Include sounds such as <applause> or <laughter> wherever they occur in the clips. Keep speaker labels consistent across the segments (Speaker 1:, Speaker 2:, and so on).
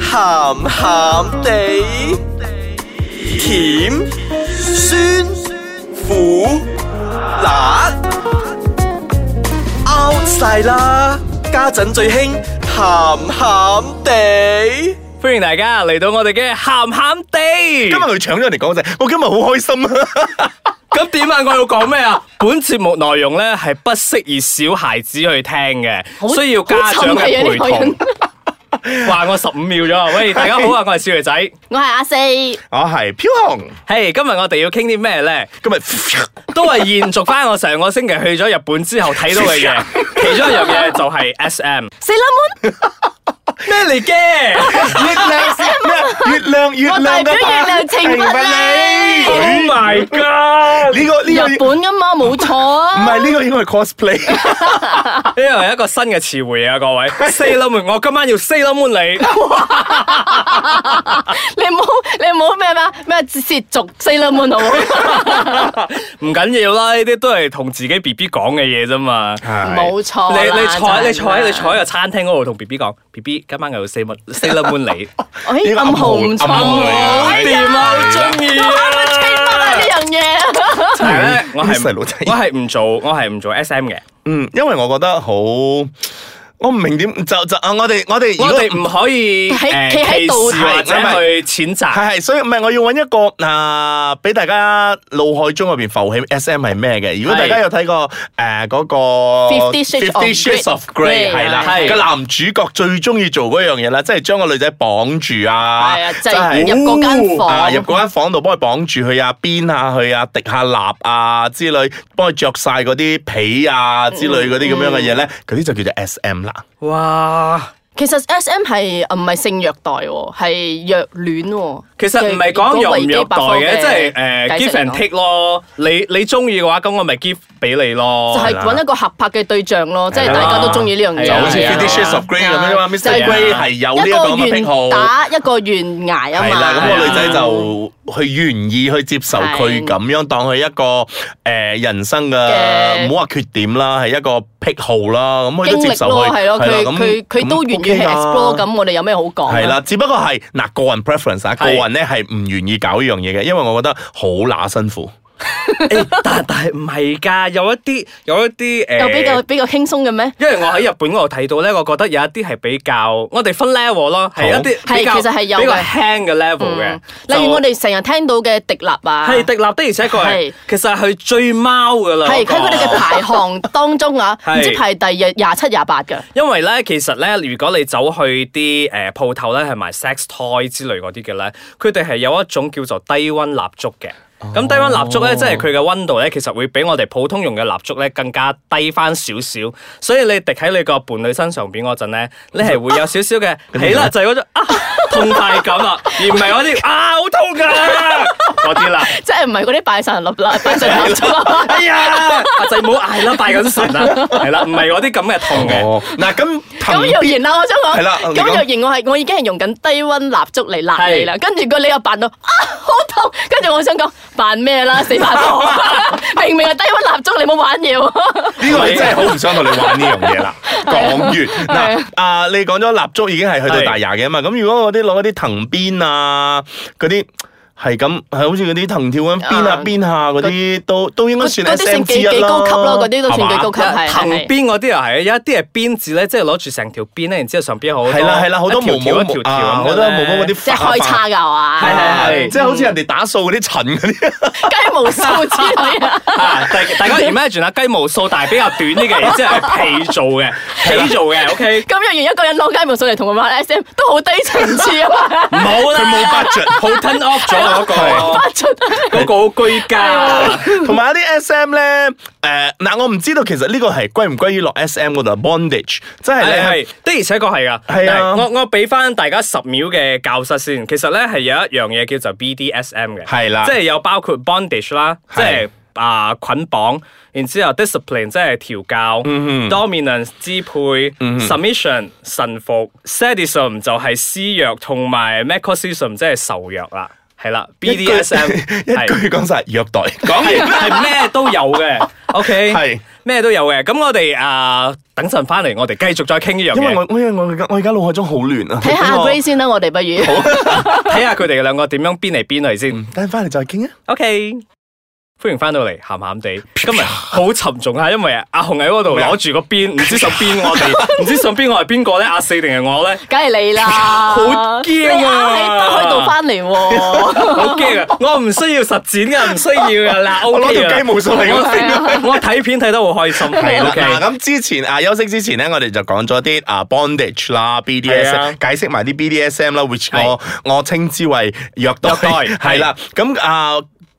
Speaker 1: 鹹鹹地，甜酸苦辣 out 晒啦！家陣最興鹹鹹地。
Speaker 2: 歡迎大家嚟到我哋嘅鹹鹹
Speaker 3: 今日
Speaker 2: 地。
Speaker 3: 佢搶咗人哋講就係，我今日好開心啊！
Speaker 2: 咁點啊？我要講咩啊？本節目內容咧係不適宜小孩子去聽嘅，需要家長嘅陪
Speaker 4: 好沉迷啊呢個
Speaker 2: 同。話我十五秒咗啊，
Speaker 4: <laughs>
Speaker 2: 喂，大家好啊，我係少爺仔。
Speaker 4: 我係阿四，
Speaker 2: <laughs>
Speaker 3: 我係飄紅，
Speaker 2: 嘿，今日我哋要傾啲咩咧？
Speaker 4: <laughs>
Speaker 3: 今日
Speaker 2: 都係延續翻我上個星期去咗日本之後睇到嘅嘢，其中一樣嘢就係 S M。
Speaker 4: 四粒
Speaker 2: 咩嚟
Speaker 4: <laughs>
Speaker 2: 嘅
Speaker 3: 月亮月亮月
Speaker 4: 我
Speaker 3: 亮
Speaker 4: 代
Speaker 3: 嘅
Speaker 4: 表月亮懲罰你
Speaker 3: 懲罰你
Speaker 2: Oh
Speaker 4: <laughs>
Speaker 2: ？My God！
Speaker 3: 呢個呢個
Speaker 4: 門，日本噶嘛，冇錯
Speaker 3: 唔
Speaker 4: 啊。
Speaker 3: 係呢個應該係 cosplay。
Speaker 2: 呢個係一個新嘅詞彙啊，各位。Sailor Moon，我今晚要 Sailor Moon 你。
Speaker 4: 你唔好你唔好咩咩咩褻瀆四粒門好唔好？
Speaker 2: 唔緊要啦，呢啲都係同自己 B B 講嘅嘢啫嘛。
Speaker 4: <laughs> 冇錯啦。
Speaker 2: 你你坐喺
Speaker 4: 真係
Speaker 2: 你坐喺你坐喺個餐廳嗰度同 B B 講，B B 今晚我要 Sailor Sailor Moon 你。
Speaker 4: 哎暗號唔
Speaker 3: <laughs>
Speaker 4: 錯
Speaker 3: 暗號嚟
Speaker 4: 喎，
Speaker 3: 㗎
Speaker 2: 好掂啊，好中意啊！
Speaker 4: 呢樣嘢。
Speaker 2: 但係咧，我係
Speaker 3: 啲細路仔
Speaker 2: 我係唔做，我係唔做 S M 嘅。
Speaker 3: 嗯，因為我覺得好，我唔明點就就啊！我哋我哋如
Speaker 2: 我
Speaker 3: 果
Speaker 2: 哋唔可以
Speaker 4: 喺
Speaker 2: 誒
Speaker 4: 企喺度
Speaker 2: 歧視或者
Speaker 3: 睇
Speaker 2: 去譴責。
Speaker 3: 係係，所以唔係我要揾一個啊，俾大家腦海中入邊浮起 S.M. 係咩嘅？如果大家有睇過誒嗰個
Speaker 4: Fifty Shades of
Speaker 3: Shades of Grey
Speaker 4: Grey，
Speaker 3: 係啦，
Speaker 2: 係
Speaker 3: 個男主角最中意做嗰樣嘢啦，即係將個女仔綁住啊，
Speaker 4: 係啊
Speaker 3: 即係
Speaker 4: 就係入嗰間房
Speaker 3: 啊入嗰間房度幫佢綁住佢啊，鞭下佢啊，滴下蠟啊之類，幫佢着晒嗰啲被啊之類嗰啲咁樣嘅嘢咧，嗰啲就叫做 S.M. 啦。
Speaker 2: 哇！
Speaker 4: 其實 S.M. 係唔係性虐待喎，係虐戀喎。
Speaker 2: 其實唔係講用唔虐待嘅，即係誒
Speaker 4: 解
Speaker 2: give
Speaker 4: 釋嚟
Speaker 2: and
Speaker 4: 講
Speaker 2: take 咯。你你中意嘅話，咁我咪 give 俾你咯。
Speaker 3: 哦
Speaker 4: 就係揾一個合拍嘅對象咯，即係大家都中意呢樣嘢。
Speaker 2: 係
Speaker 3: 就
Speaker 2: 啊
Speaker 3: 好似
Speaker 2: 係啊
Speaker 3: Fifty Shades of Grey 咁樣嘛
Speaker 4: 就係
Speaker 3: ，Mr. Grey 係有呢
Speaker 4: 一
Speaker 3: 一個咁嘅癖
Speaker 4: 個
Speaker 3: 好
Speaker 4: 圓。打一個懸崖啊
Speaker 3: 係
Speaker 4: 嘛。
Speaker 3: 啦，咁個女仔
Speaker 2: 係啊
Speaker 3: 就去願意去接受佢
Speaker 4: 係
Speaker 3: 咁樣當佢一個誒、呃人生
Speaker 4: 嘅
Speaker 3: 嘅，唔好話缺點啦，係一個癖好啦，咁佢都
Speaker 4: 經
Speaker 3: 接
Speaker 4: 歷
Speaker 3: 受
Speaker 4: 咯，
Speaker 3: 佢
Speaker 4: 係咯，
Speaker 3: 啦
Speaker 4: 佢
Speaker 3: 咁啊
Speaker 4: 佢佢都願意去 explore，。咁我哋有咩好講啊？
Speaker 3: 係啦，只不過係嗱個人 preference 啊，個
Speaker 2: 係
Speaker 3: 人咧係唔願意搞呢樣嘢嘅，因為我覺得好乸辛苦。
Speaker 2: 誒但但係唔係㗎？有一啲有一啲誒，
Speaker 4: 又比較比較輕鬆嘅咩？
Speaker 2: 因為我喺日本嗰度睇到咧，我覺得有一啲係比較，我哋分 level 咯，係一啲
Speaker 4: 係
Speaker 2: 比較
Speaker 4: 其實係有嘅
Speaker 2: 比較輕嘅 level 嘅。
Speaker 4: 嗯例如我
Speaker 2: 哋
Speaker 4: 哋成日聽到嘅迪立啊，
Speaker 2: 係迪立的，而且確係
Speaker 4: 係
Speaker 2: 其實係去追貓㗎
Speaker 3: 啊
Speaker 2: 啦。
Speaker 4: 係
Speaker 2: 嗰個
Speaker 4: 喺佢哋嘅排行當中啊，
Speaker 2: 係
Speaker 4: 唔知排第廿廿七廿八嘅。
Speaker 2: 因為咧，其實咧，如果你走去啲呃誒鋪頭咧，係賣 sex toy 之類嗰啲嘅咧，佢哋係有一種叫做低温蠟燭嘅。咁低温蠟燭咧，即係佢嘅温度咧，其實會比我哋普通用嘅蠟燭咧更加低翻少少，所以你滴喺你個伴侶身上邊嗰陣咧，你係會有少少嘅起啦，就係嗰種啊痛快感啦，而唔係嗰啲啊好痛啊㗎嗰啲啦。
Speaker 4: 即係唔係嗰啲拜神立啦，拜神立啊
Speaker 3: <laughs>
Speaker 4: 咗。
Speaker 2: 哎呀，阿仔唔好嗌啦，拜緊神啦，係啦，唔係嗰啲咁嘅痛嘅。
Speaker 3: 哦，嗱咁
Speaker 4: 咁
Speaker 3: 藤
Speaker 4: 若然啦，啊我想講，
Speaker 3: 係啦
Speaker 4: 咁
Speaker 3: 你講
Speaker 4: 若然我係我已經係用緊低温蠟燭嚟辣你啦，跟住個你又扮到啊好痛，跟住我想講扮咩
Speaker 3: <laughs>
Speaker 4: 啦，死八婆！明明係低温蠟燭，你冇玩嘢喎。
Speaker 3: 呢個你真係好唔想同你玩呢樣嘢啦。講完嗱，啊你講咗蠟燭已經係去到大牙嘅嘛，咁如果嗰啲攞嗰啲藤鞭啊，嗰啲係咁係好似嗰啲藤條咁鞭下
Speaker 4: 啊
Speaker 3: 鞭下嗰啲，都都應該算
Speaker 4: 嗰啲
Speaker 3: S
Speaker 4: 算
Speaker 3: M 之
Speaker 4: 幾
Speaker 3: 一
Speaker 4: 幾
Speaker 3: 啦。
Speaker 4: 高級咯，嗰啲都算幾
Speaker 3: 係嘛
Speaker 4: 高級，係
Speaker 2: 藤
Speaker 4: 係。
Speaker 2: 邊嗰啲又係，有一啲係鞭字咧，即係攞住成條鞭咧，然之後上邊好多
Speaker 3: 係啦係啦，好多
Speaker 2: 一條
Speaker 3: 毛
Speaker 2: 條
Speaker 3: 毛
Speaker 2: 一條條
Speaker 3: 啊
Speaker 2: 咁
Speaker 3: 好多毛毛嗰啲
Speaker 4: 即係
Speaker 3: 花花
Speaker 4: 開叉㗎
Speaker 2: 係係
Speaker 4: 話，
Speaker 2: 係
Speaker 3: 即係好似人哋打掃嗰啲塵嗰啲。
Speaker 4: 雞毛掃之類啊。
Speaker 2: 啊大大家 imagine 啊啦，雞毛掃，但係比較短啲嘅，然之
Speaker 3: <laughs>
Speaker 2: 後係皮做嘅，皮做嘅，OK，
Speaker 4: 咁若然一個人攞雞毛掃嚟同佢玩 S M，都好低層次啊
Speaker 3: <laughs>
Speaker 4: 嘛。
Speaker 2: 冇啦，
Speaker 3: 佢冇 budget
Speaker 2: 好 turn off 咗啊啦嗰
Speaker 3: 啊
Speaker 2: 個，
Speaker 3: <laughs>
Speaker 4: 出
Speaker 2: 嗰個好居家。
Speaker 3: 同埋有啲 S.M 咧，誒、嗱，我唔知道其實呢個係歸唔歸於落 S.M 嗰度啊 bondage，即係
Speaker 2: 係
Speaker 3: 咧
Speaker 2: 係的，而且確係噶。
Speaker 3: 係啊
Speaker 2: 但我我俾翻大家十秒嘅教室先。其實咧係有一樣嘢叫做 BDSM 嘅，
Speaker 3: 係啦
Speaker 2: 即係有包括 bondage 啦，即係
Speaker 3: 係
Speaker 2: 啊捆綁，然之後 discipline 即係調教、dominance
Speaker 3: 嗯
Speaker 2: 支配、submission 臣服、sadism 就係施虐，同埋 masochism 即係受虐啦。系啦，BDSM
Speaker 3: <laughs>
Speaker 2: <laughs>
Speaker 3: 一
Speaker 2: 係
Speaker 3: 句講晒虐待，講
Speaker 2: 係
Speaker 3: 完
Speaker 2: 係咩都有嘅，OK，
Speaker 3: 係
Speaker 2: 咩都有嘅。咁我哋啊，等陣翻嚟，我哋繼續再傾呢樣
Speaker 3: 因為
Speaker 2: 嘢，
Speaker 3: 我因為我而家我而家腦海中好亂啊，
Speaker 4: 睇下阿 Grace 先啦，我哋不如。
Speaker 2: 睇下佢哋兩個點樣邊嚟邊去先。
Speaker 3: 等翻嚟再傾啊。
Speaker 2: OK，歡迎翻到嚟，鹹鹹
Speaker 3: <laughs>
Speaker 2: 地，今日好沉重啊，因為阿紅喺嗰度
Speaker 3: 啊
Speaker 2: 攞住個邊，唔知上邊我
Speaker 3: <laughs>
Speaker 2: 哋，唔知上邊我係邊個咧？阿四定係我咧？
Speaker 4: 梗係你啦，
Speaker 2: 好驚啊
Speaker 4: 你啱喺度翻嚟喎，
Speaker 2: 好驚
Speaker 3: <laughs>
Speaker 2: 啊！我唔需要實踐噶，唔需要噶啦。
Speaker 3: 我攞
Speaker 2: OK
Speaker 3: 條
Speaker 2: 㗎啦
Speaker 3: 雞毛掃嚟咁
Speaker 4: 係啊
Speaker 2: 我睇片睇得好開心，係
Speaker 3: 嗱
Speaker 2: OK。
Speaker 3: 咁之前啊休息之前咧，我哋就講咗啲啊 bondage
Speaker 2: 係
Speaker 3: 啦
Speaker 2: 啊
Speaker 3: ，BDSM 解釋埋啲 BDSM 啦，which
Speaker 2: 係
Speaker 3: 我我稱之為虐待，
Speaker 2: 虐
Speaker 3: <laughs>
Speaker 2: 待係
Speaker 3: 係啦。咁啊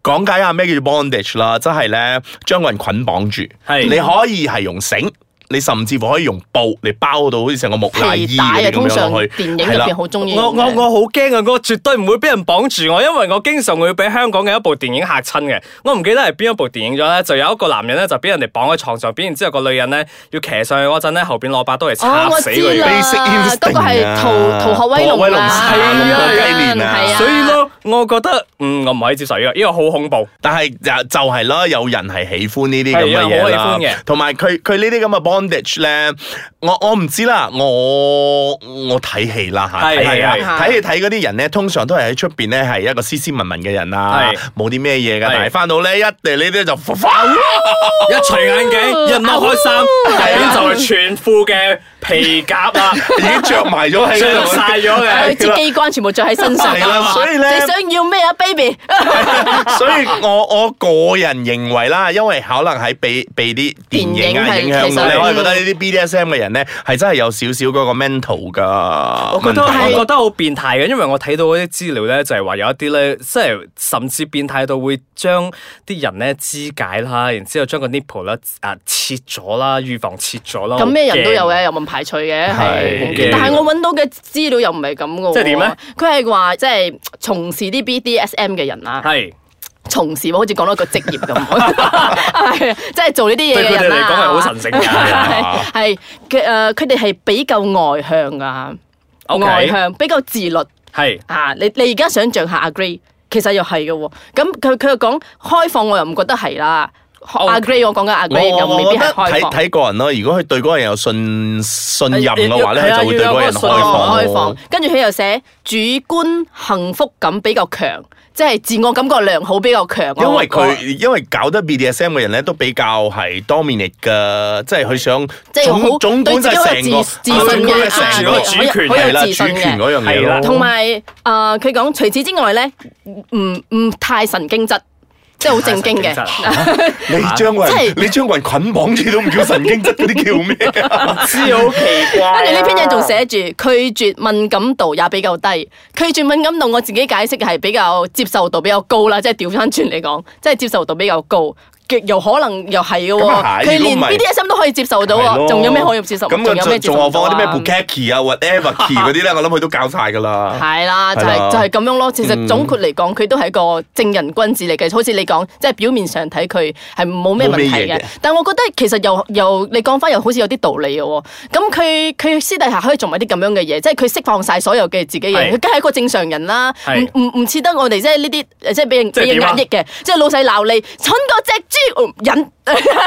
Speaker 3: 講解下咩叫做 bondage 啦，即係咧將個人捆綁住，
Speaker 2: 係
Speaker 3: 你可以係用繩。你甚至乎可以用布嚟包到好似成個木乃
Speaker 4: 皮
Speaker 3: 伊
Speaker 4: 帶
Speaker 3: 咁
Speaker 4: 啊，通
Speaker 3: 樣
Speaker 4: 常
Speaker 3: 落去，
Speaker 4: 電影
Speaker 3: 係
Speaker 4: 入
Speaker 3: 啦
Speaker 4: 邊好中意。
Speaker 2: 我我我好驚啊！我絕對唔會俾人綁住我，因為我經常會俾香港嘅一部電影嚇親嘅。我唔記得係邊一部電影咗咧，就有一個男人咧就俾人哋綁喺床上邊，然之後個女人咧要騎上去嗰陣咧，後邊攞把刀嚟
Speaker 4: 哦
Speaker 2: 插，
Speaker 4: 我
Speaker 2: 死佢
Speaker 4: 知
Speaker 2: 嘅。
Speaker 4: 啦
Speaker 3: Basic，
Speaker 4: 嗰個
Speaker 3: instinct
Speaker 4: 係
Speaker 3: 啊
Speaker 4: 逃逃學威龍啦，
Speaker 3: 逃學
Speaker 2: 威龍係啊
Speaker 4: 係
Speaker 2: 雞
Speaker 3: 年啊
Speaker 4: 係
Speaker 2: 所以咯，我覺得嗯，我唔可以接受呢個，呢個好恐怖。
Speaker 3: 但係就就係啦，有人係喜歡呢啲咁
Speaker 2: 係啊
Speaker 3: 嘅嘢
Speaker 2: 好
Speaker 3: 啦
Speaker 2: 喜歡嘅，
Speaker 3: 同埋佢佢呢啲咁嘅 bondage 咧，我我唔知啦，我我睇戲啦嚇，
Speaker 2: 係
Speaker 3: 睇戲啊
Speaker 2: 係
Speaker 4: 係
Speaker 3: 睇戲睇嗰啲人咧，通常都係喺出邊咧係一個斯斯文文嘅人啊
Speaker 2: 係，
Speaker 3: 冇啲咩
Speaker 2: 係
Speaker 3: 嘢㗎，但係翻到咧一地呢啲就
Speaker 2: <laughs> 一除眼鏡，一剝開衫，邊就係全副嘅皮夾啦，
Speaker 3: 已經着埋咗喺
Speaker 2: 着
Speaker 3: 度
Speaker 2: 晒咗嘅。
Speaker 4: 佢啲機關全部着喺身上
Speaker 3: 係啦 <laughs> 所以咧
Speaker 4: 你想要咩啊，baby？
Speaker 3: <laughs> 所以我我個人認為啦，因為可能喺被被啲電影啊
Speaker 4: 電
Speaker 3: 影
Speaker 4: 影係嗯
Speaker 3: 響到
Speaker 4: 其
Speaker 3: 咧，
Speaker 4: 實
Speaker 3: 我係覺得呢啲 BDSM 嘅人咧係真係有少少嗰個 mental 噶。
Speaker 2: 我覺得
Speaker 3: 問題
Speaker 2: 我覺得好變態嘅，因為我睇到嗰啲資料咧，就係話有一啲咧，即係甚至變態到會將啲人咧肢解啦，然之後將個 nipple 啦啊切咗啦，預防切咗啦。
Speaker 4: 啊咁咩人都有
Speaker 2: 嘅。
Speaker 4: 嘅，又唔排除嘅，
Speaker 3: 係
Speaker 4: 係。但係我揾到嘅資料又唔係咁嘅喎。
Speaker 2: 即係點咧？
Speaker 4: 佢係話即係從事啲 BDSM 嘅人啊，
Speaker 2: 係
Speaker 4: 從事好似講到一個職業
Speaker 3: <laughs>
Speaker 4: 咁， <laughs> 係啊即係做呢啲嘢
Speaker 2: 對
Speaker 4: 嘅
Speaker 2: 佢哋
Speaker 4: 人
Speaker 2: 嚟
Speaker 4: 啦。
Speaker 2: 講係好神聖嘅。
Speaker 3: 啊
Speaker 4: 係係佢誒，佢哋係比較外向噶
Speaker 2: OK
Speaker 4: 外向比較自律
Speaker 2: 係
Speaker 4: 啊！你你而家想象下阿 Gray，其實又係嘅喎。咁佢佢又講開放，我又唔覺得係啦。阿 Gray，我講緊阿
Speaker 3: 哦我
Speaker 4: Gray 又
Speaker 3: 我
Speaker 4: 未
Speaker 3: 我
Speaker 4: 必
Speaker 3: 覺
Speaker 4: 係
Speaker 3: 得睇
Speaker 4: 開放。
Speaker 3: 睇個人咯，如果佢對嗰個人有信信任嘅話咧，
Speaker 2: 係啊
Speaker 3: 佢就會對嗰個人開
Speaker 2: 要有嗰
Speaker 3: 放
Speaker 2: 個
Speaker 3: 咯。
Speaker 2: 信
Speaker 4: 開放，跟住佢又寫主觀幸福感比較強，即係自我感覺良好比較強。
Speaker 3: 因為
Speaker 4: 我
Speaker 3: 佢因為搞得 BDSM 嘅人咧，都比較係 dominate 嘅，即係佢想
Speaker 4: 即係好
Speaker 3: 總總
Speaker 4: 對
Speaker 3: 管
Speaker 4: 自
Speaker 3: 就
Speaker 4: 己
Speaker 3: 係成個
Speaker 4: 好
Speaker 3: 總
Speaker 4: 有自自信
Speaker 3: 管
Speaker 4: 嘅
Speaker 3: 係成
Speaker 2: 啊
Speaker 3: 個
Speaker 2: 主權
Speaker 4: 好有
Speaker 3: 係啦，
Speaker 4: 自
Speaker 3: 主
Speaker 4: 信
Speaker 3: 權
Speaker 4: 嘅。
Speaker 3: 嗰樣嘢
Speaker 2: 係啦
Speaker 3: 咯。
Speaker 4: 同埋誒，呃佢講除此之外咧，唔唔太神經質，即係好正經
Speaker 2: 啊
Speaker 4: 嘅。
Speaker 3: 你將個
Speaker 4: 啊即
Speaker 3: 人
Speaker 4: 係
Speaker 3: 你將個人捆綁住都唔叫神經質，嗰啲叫
Speaker 4: <laughs>
Speaker 3: 咩啊？
Speaker 2: 知好奇怪啊。
Speaker 4: 跟住呢篇嘢仲寫住拒絕敏感度也比較低，拒絕敏感度我自己解釋係比較接受度比較高啦，即係調翻轉嚟講， <laughs> 即係接受度比又高。極有可能又係嘅
Speaker 3: 咁啊
Speaker 4: 喎，
Speaker 3: 係
Speaker 4: 佢
Speaker 3: 如果
Speaker 4: 連
Speaker 3: 唔係
Speaker 4: BDSM 都可以接受到
Speaker 3: 係咯
Speaker 4: 喎，仲有咩可以接受？仲
Speaker 3: 咁個
Speaker 4: 有咩接
Speaker 3: 仲
Speaker 4: 受
Speaker 3: 何
Speaker 4: 唔到
Speaker 3: 況嗰啲咩
Speaker 4: 啊？
Speaker 3: Bukaki 啊、whatever
Speaker 4: <laughs>
Speaker 3: key 嗰啲咧，我諗佢都教晒㗎啦。
Speaker 4: 係啊啦，就
Speaker 3: 係啦
Speaker 4: 係就係咁樣咯。其實總括嚟講，佢都係一個正人君子嚟嘅，好似你講，即係表面上睇佢係冇咩問
Speaker 3: 冇
Speaker 4: 題
Speaker 3: 咩嘢
Speaker 4: 嘅
Speaker 3: 嘅。
Speaker 4: 但我覺得其實又又你講翻又好似有啲道理嘅喎。咁佢佢私底下可以做埋啲咁樣嘅嘢，即係佢釋放晒所有嘅自己
Speaker 2: 係
Speaker 4: 嘢，佢梗係一個正常人啦。
Speaker 2: 係
Speaker 4: 唔唔唔似得我哋即係呢啲即係俾人
Speaker 2: 即係
Speaker 4: 俾人
Speaker 2: 點啊
Speaker 4: 壓抑嘅，即係老細鬧你蠢過只豬哦忍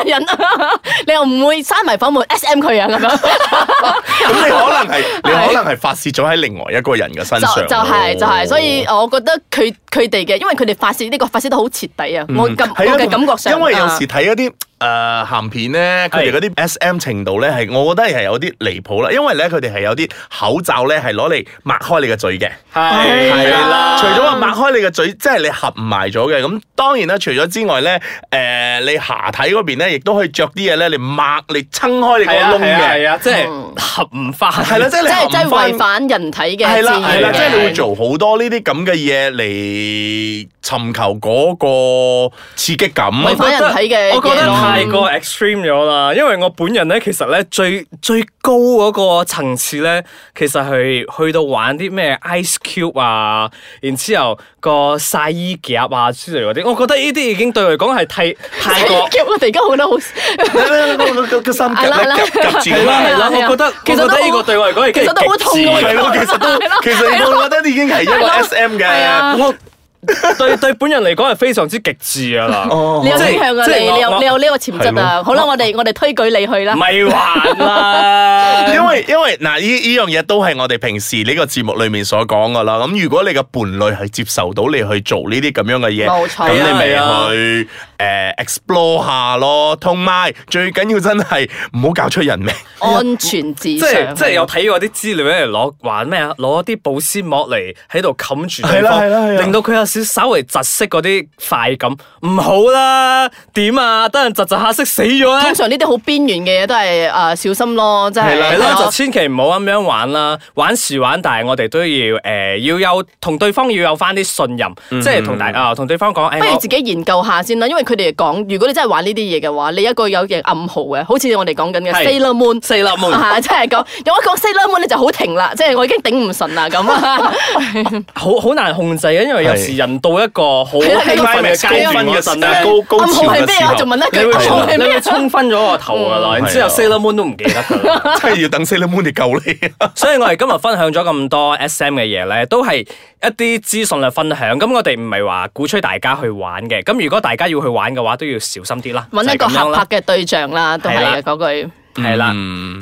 Speaker 4: 忍， <laughs> 啊你又唔會閂埋房門 S M 佢啊咁樣。
Speaker 3: 咁你可能係你可能係發泄咗喺另外一個人嘅身
Speaker 4: 啊
Speaker 3: 上
Speaker 4: 就就係就係，所以我覺得佢佢哋嘅，因為佢哋發泄呢個發泄得好徹底啊！我感
Speaker 3: 係啊
Speaker 4: 我嘅感覺上，
Speaker 3: 因為有
Speaker 4: 啊
Speaker 3: 時睇嗰啲誒鹹片咧，佢哋嗰啲 S.M. 程度咧係，我覺得係有啲離譜啦。因為咧，佢哋係有啲口罩咧係攞嚟擘開你嘅嘴嘅。
Speaker 2: 係
Speaker 4: 係
Speaker 2: 係啦。
Speaker 4: 啦
Speaker 3: 啊除咗話擘開你嘅嘴，即係你合唔埋咗嘅。咁當然啦，除咗之外咧，誒、你下體嗰邊咧，亦都可以着啲嘢咧嚟擘，嚟撐開你個
Speaker 2: 係啊
Speaker 3: 窿
Speaker 2: 係啊係
Speaker 3: 嘅。
Speaker 2: 啊，即
Speaker 4: 嗯
Speaker 2: 係啊合唔翻。
Speaker 3: 係啦，即係
Speaker 4: 即
Speaker 3: 你合
Speaker 4: 係
Speaker 3: 唔
Speaker 4: 即係
Speaker 3: 返
Speaker 4: 違反人體嘅
Speaker 3: 係啦
Speaker 4: 自然
Speaker 3: 係啦，
Speaker 4: 嘅
Speaker 3: 即係你會做好多呢啲咁嘅嘢嚟尋求嗰個刺激感。
Speaker 4: 違反人體嘅嘢
Speaker 2: 我
Speaker 4: 咯
Speaker 2: 覺得太過 extreme 咗啦，因為我本人咧，其實咧最最高嗰個層次咧，其實係去到玩啲咩 ice cube 啊，然之後個晒衣夾啊之類嗰啲，我覺得呢啲已經對我嚟講係太太
Speaker 4: <laughs>
Speaker 2: 過。
Speaker 4: 叫我哋而家好得好，
Speaker 3: 個 <laughs> 個個心夾
Speaker 4: 係啦
Speaker 3: 夾夾住
Speaker 2: 係
Speaker 3: 咁
Speaker 2: 啦
Speaker 3: 啊
Speaker 2: 係啦，
Speaker 4: 係啊
Speaker 2: 我覺得
Speaker 4: 其實
Speaker 2: 我覺
Speaker 4: 都
Speaker 2: 得呢個
Speaker 4: 好
Speaker 2: 對我嚟講已經
Speaker 4: 其實都好痛
Speaker 2: 極致
Speaker 4: 㗎
Speaker 3: 係咯，其實都
Speaker 4: 係咯
Speaker 3: 其實我覺得已經係一個 S M
Speaker 4: 係
Speaker 3: 嘅
Speaker 4: 啊。
Speaker 2: 我對對本人嚟講係非常之極致噶啦。
Speaker 3: 哦
Speaker 4: 你有
Speaker 2: 即係
Speaker 4: 傾向啊
Speaker 2: 即係
Speaker 4: 你，
Speaker 2: 我
Speaker 4: 你有
Speaker 2: 我
Speaker 4: 你有呢個潛
Speaker 3: 係
Speaker 4: 質
Speaker 3: 嘛
Speaker 4: 啊！好啦，我哋我哋推舉你去啦。
Speaker 2: 咪玩啦，
Speaker 3: 因為因為嗱，呢呢樣嘢都係我哋平時呢個節目裏面所講噶啦。咁如果你嘅伴侶係接受到你去做呢啲咁樣嘅嘢，
Speaker 4: 冇錯
Speaker 3: 咁你咪
Speaker 2: 係啊
Speaker 3: 去誒 explore 下咯。同埋最緊要真係唔好搞出
Speaker 4: <laughs>
Speaker 3: 人命。
Speaker 4: 安全至
Speaker 2: 即
Speaker 4: 上。
Speaker 2: 係即係有睇過啲資料咧，攞玩咩啊？攞啲保鮮膜嚟喺度冚住對
Speaker 3: 係啦係啦係
Speaker 2: 方，
Speaker 3: 啦
Speaker 2: 令到佢有少稍微窒息嗰啲快感。唔好啦，點啊？得人窒窒下息死咗咧
Speaker 4: 通。常呢啲好邊緣嘅嘢都係诶、呃小心咯，即係
Speaker 3: 係啦
Speaker 2: 係
Speaker 4: 係
Speaker 2: 咯，
Speaker 4: 咯
Speaker 2: 就千祈唔好咁樣玩啦，玩是玩，但係我哋都要誒、呃要有同對方要有翻啲信任，
Speaker 3: 嗯
Speaker 2: 即係同大啊同對方講，誒、
Speaker 4: 不如
Speaker 2: 我
Speaker 4: 自己研究下先啦，因為佢哋講，如果你真係玩呢啲嘢嘅話，你一個有嘅暗號嘅，好似我哋講緊嘅
Speaker 2: 係
Speaker 4: Sailor Moon。
Speaker 2: 四粒門。
Speaker 4: 啊！即係講，有一講 Sailor Moon 你就好停啦，即係我已經頂唔順啦 <laughs> 咁啊！
Speaker 2: 好好難控制嘅，啊因為有時
Speaker 3: 係
Speaker 2: 人到一個好
Speaker 4: 係啦
Speaker 2: 興奮嘅階段嗰陣
Speaker 4: <laughs>
Speaker 2: 咧，
Speaker 3: 高高
Speaker 4: 暗號
Speaker 3: 潮
Speaker 4: 係
Speaker 3: 嘅
Speaker 4: 咩
Speaker 3: 時
Speaker 4: 啊？我
Speaker 3: 候
Speaker 4: 仲問一
Speaker 2: 你會
Speaker 4: 句，暗號
Speaker 2: 衝
Speaker 4: 係 <laughs>
Speaker 2: 你
Speaker 4: 咩
Speaker 2: 會
Speaker 4: 啊？
Speaker 2: 衝昏咗個頭噶啦，然之後
Speaker 3: 係啊
Speaker 2: Sailor Moon 都唔記得㗎啦。
Speaker 3: 真係要等 Sailor Moon 嚟救你。 <laughs>
Speaker 2: 所以我哋今日分享咗咁多 S.M. 嘅嘢咧，都係一啲資訊嘅分享。咁我哋唔係話鼓吹大家去玩嘅。咁如果大家要去玩嘅話，都要小心啲啦。
Speaker 4: 揾一個
Speaker 2: 就係咁樣
Speaker 4: 合
Speaker 2: 啦
Speaker 4: 拍嘅對象啦，都係
Speaker 2: 係啦
Speaker 4: 嘅嗰句。
Speaker 2: 係啦。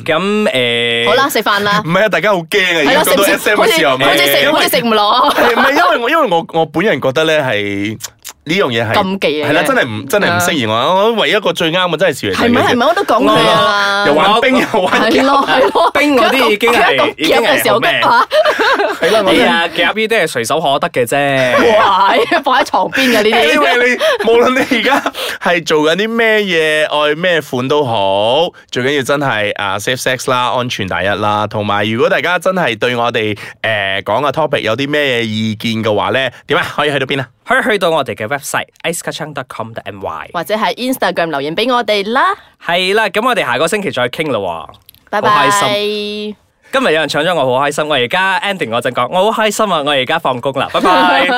Speaker 2: 咁誒，
Speaker 4: 好啦，，食飯啦
Speaker 3: 唔，係啊，大家好驚啊！
Speaker 4: 係
Speaker 3: 而家
Speaker 4: 啦，食
Speaker 3: 講
Speaker 4: 唔
Speaker 3: 到
Speaker 4: 食？
Speaker 3: S M
Speaker 4: 好
Speaker 3: 嘅時
Speaker 4: 似
Speaker 3: 候，
Speaker 4: 好似食
Speaker 3: 因
Speaker 4: 好
Speaker 3: 為
Speaker 4: 似食唔 <laughs> 落。
Speaker 3: 係唔係因為我因為我我本人覺得咧係呢樣嘢係
Speaker 4: 禁忌嚟嘅
Speaker 3: 係啦，真係唔真係唔適宜我。我唯一一個最啱嘅真係少爺仔
Speaker 4: 係
Speaker 3: 嘅
Speaker 4: 咪
Speaker 3: 啫
Speaker 4: 係咪？我都講佢啦
Speaker 3: 又。玩
Speaker 2: 我
Speaker 3: 冰又玩
Speaker 4: 係咯係咯，
Speaker 2: 冰嗰啲已經係
Speaker 4: 佢一講
Speaker 2: 已經係
Speaker 4: 夾嘅時候，
Speaker 2: 好咩
Speaker 4: 跟啊
Speaker 3: 係啦，我
Speaker 2: 哎
Speaker 3: 哋
Speaker 2: 呀，夾呢啲係隨手可得嘅啫。 <laughs>
Speaker 4: 哇！放喺床邊嘅
Speaker 3: <laughs>
Speaker 4: 呢
Speaker 3: 因
Speaker 4: 啲，
Speaker 3: 為你無論你而家係做緊啲咩嘢，愛咩款都好，最緊要真係啊 safe sex 啦，安全第一啦。同埋如果大家真係對我哋誒講嘅 topic 有啲咩意見嘅話咧，點啊？可以去到邊啊？
Speaker 2: 可以去到我哋嘅 website icekachang.com.my。
Speaker 4: 或者係 Instagram 留言俾我哋啦，
Speaker 2: 係啦，咁我哋下個星期再傾啦喎。
Speaker 4: 拜
Speaker 2: 好
Speaker 4: 拜
Speaker 2: 開。心今日有人搶咗我
Speaker 4: <laughs>
Speaker 2: <laughs> 好開心，我而家 ending 嗰陣講，我好開心啊！我而家放工啦，拜拜。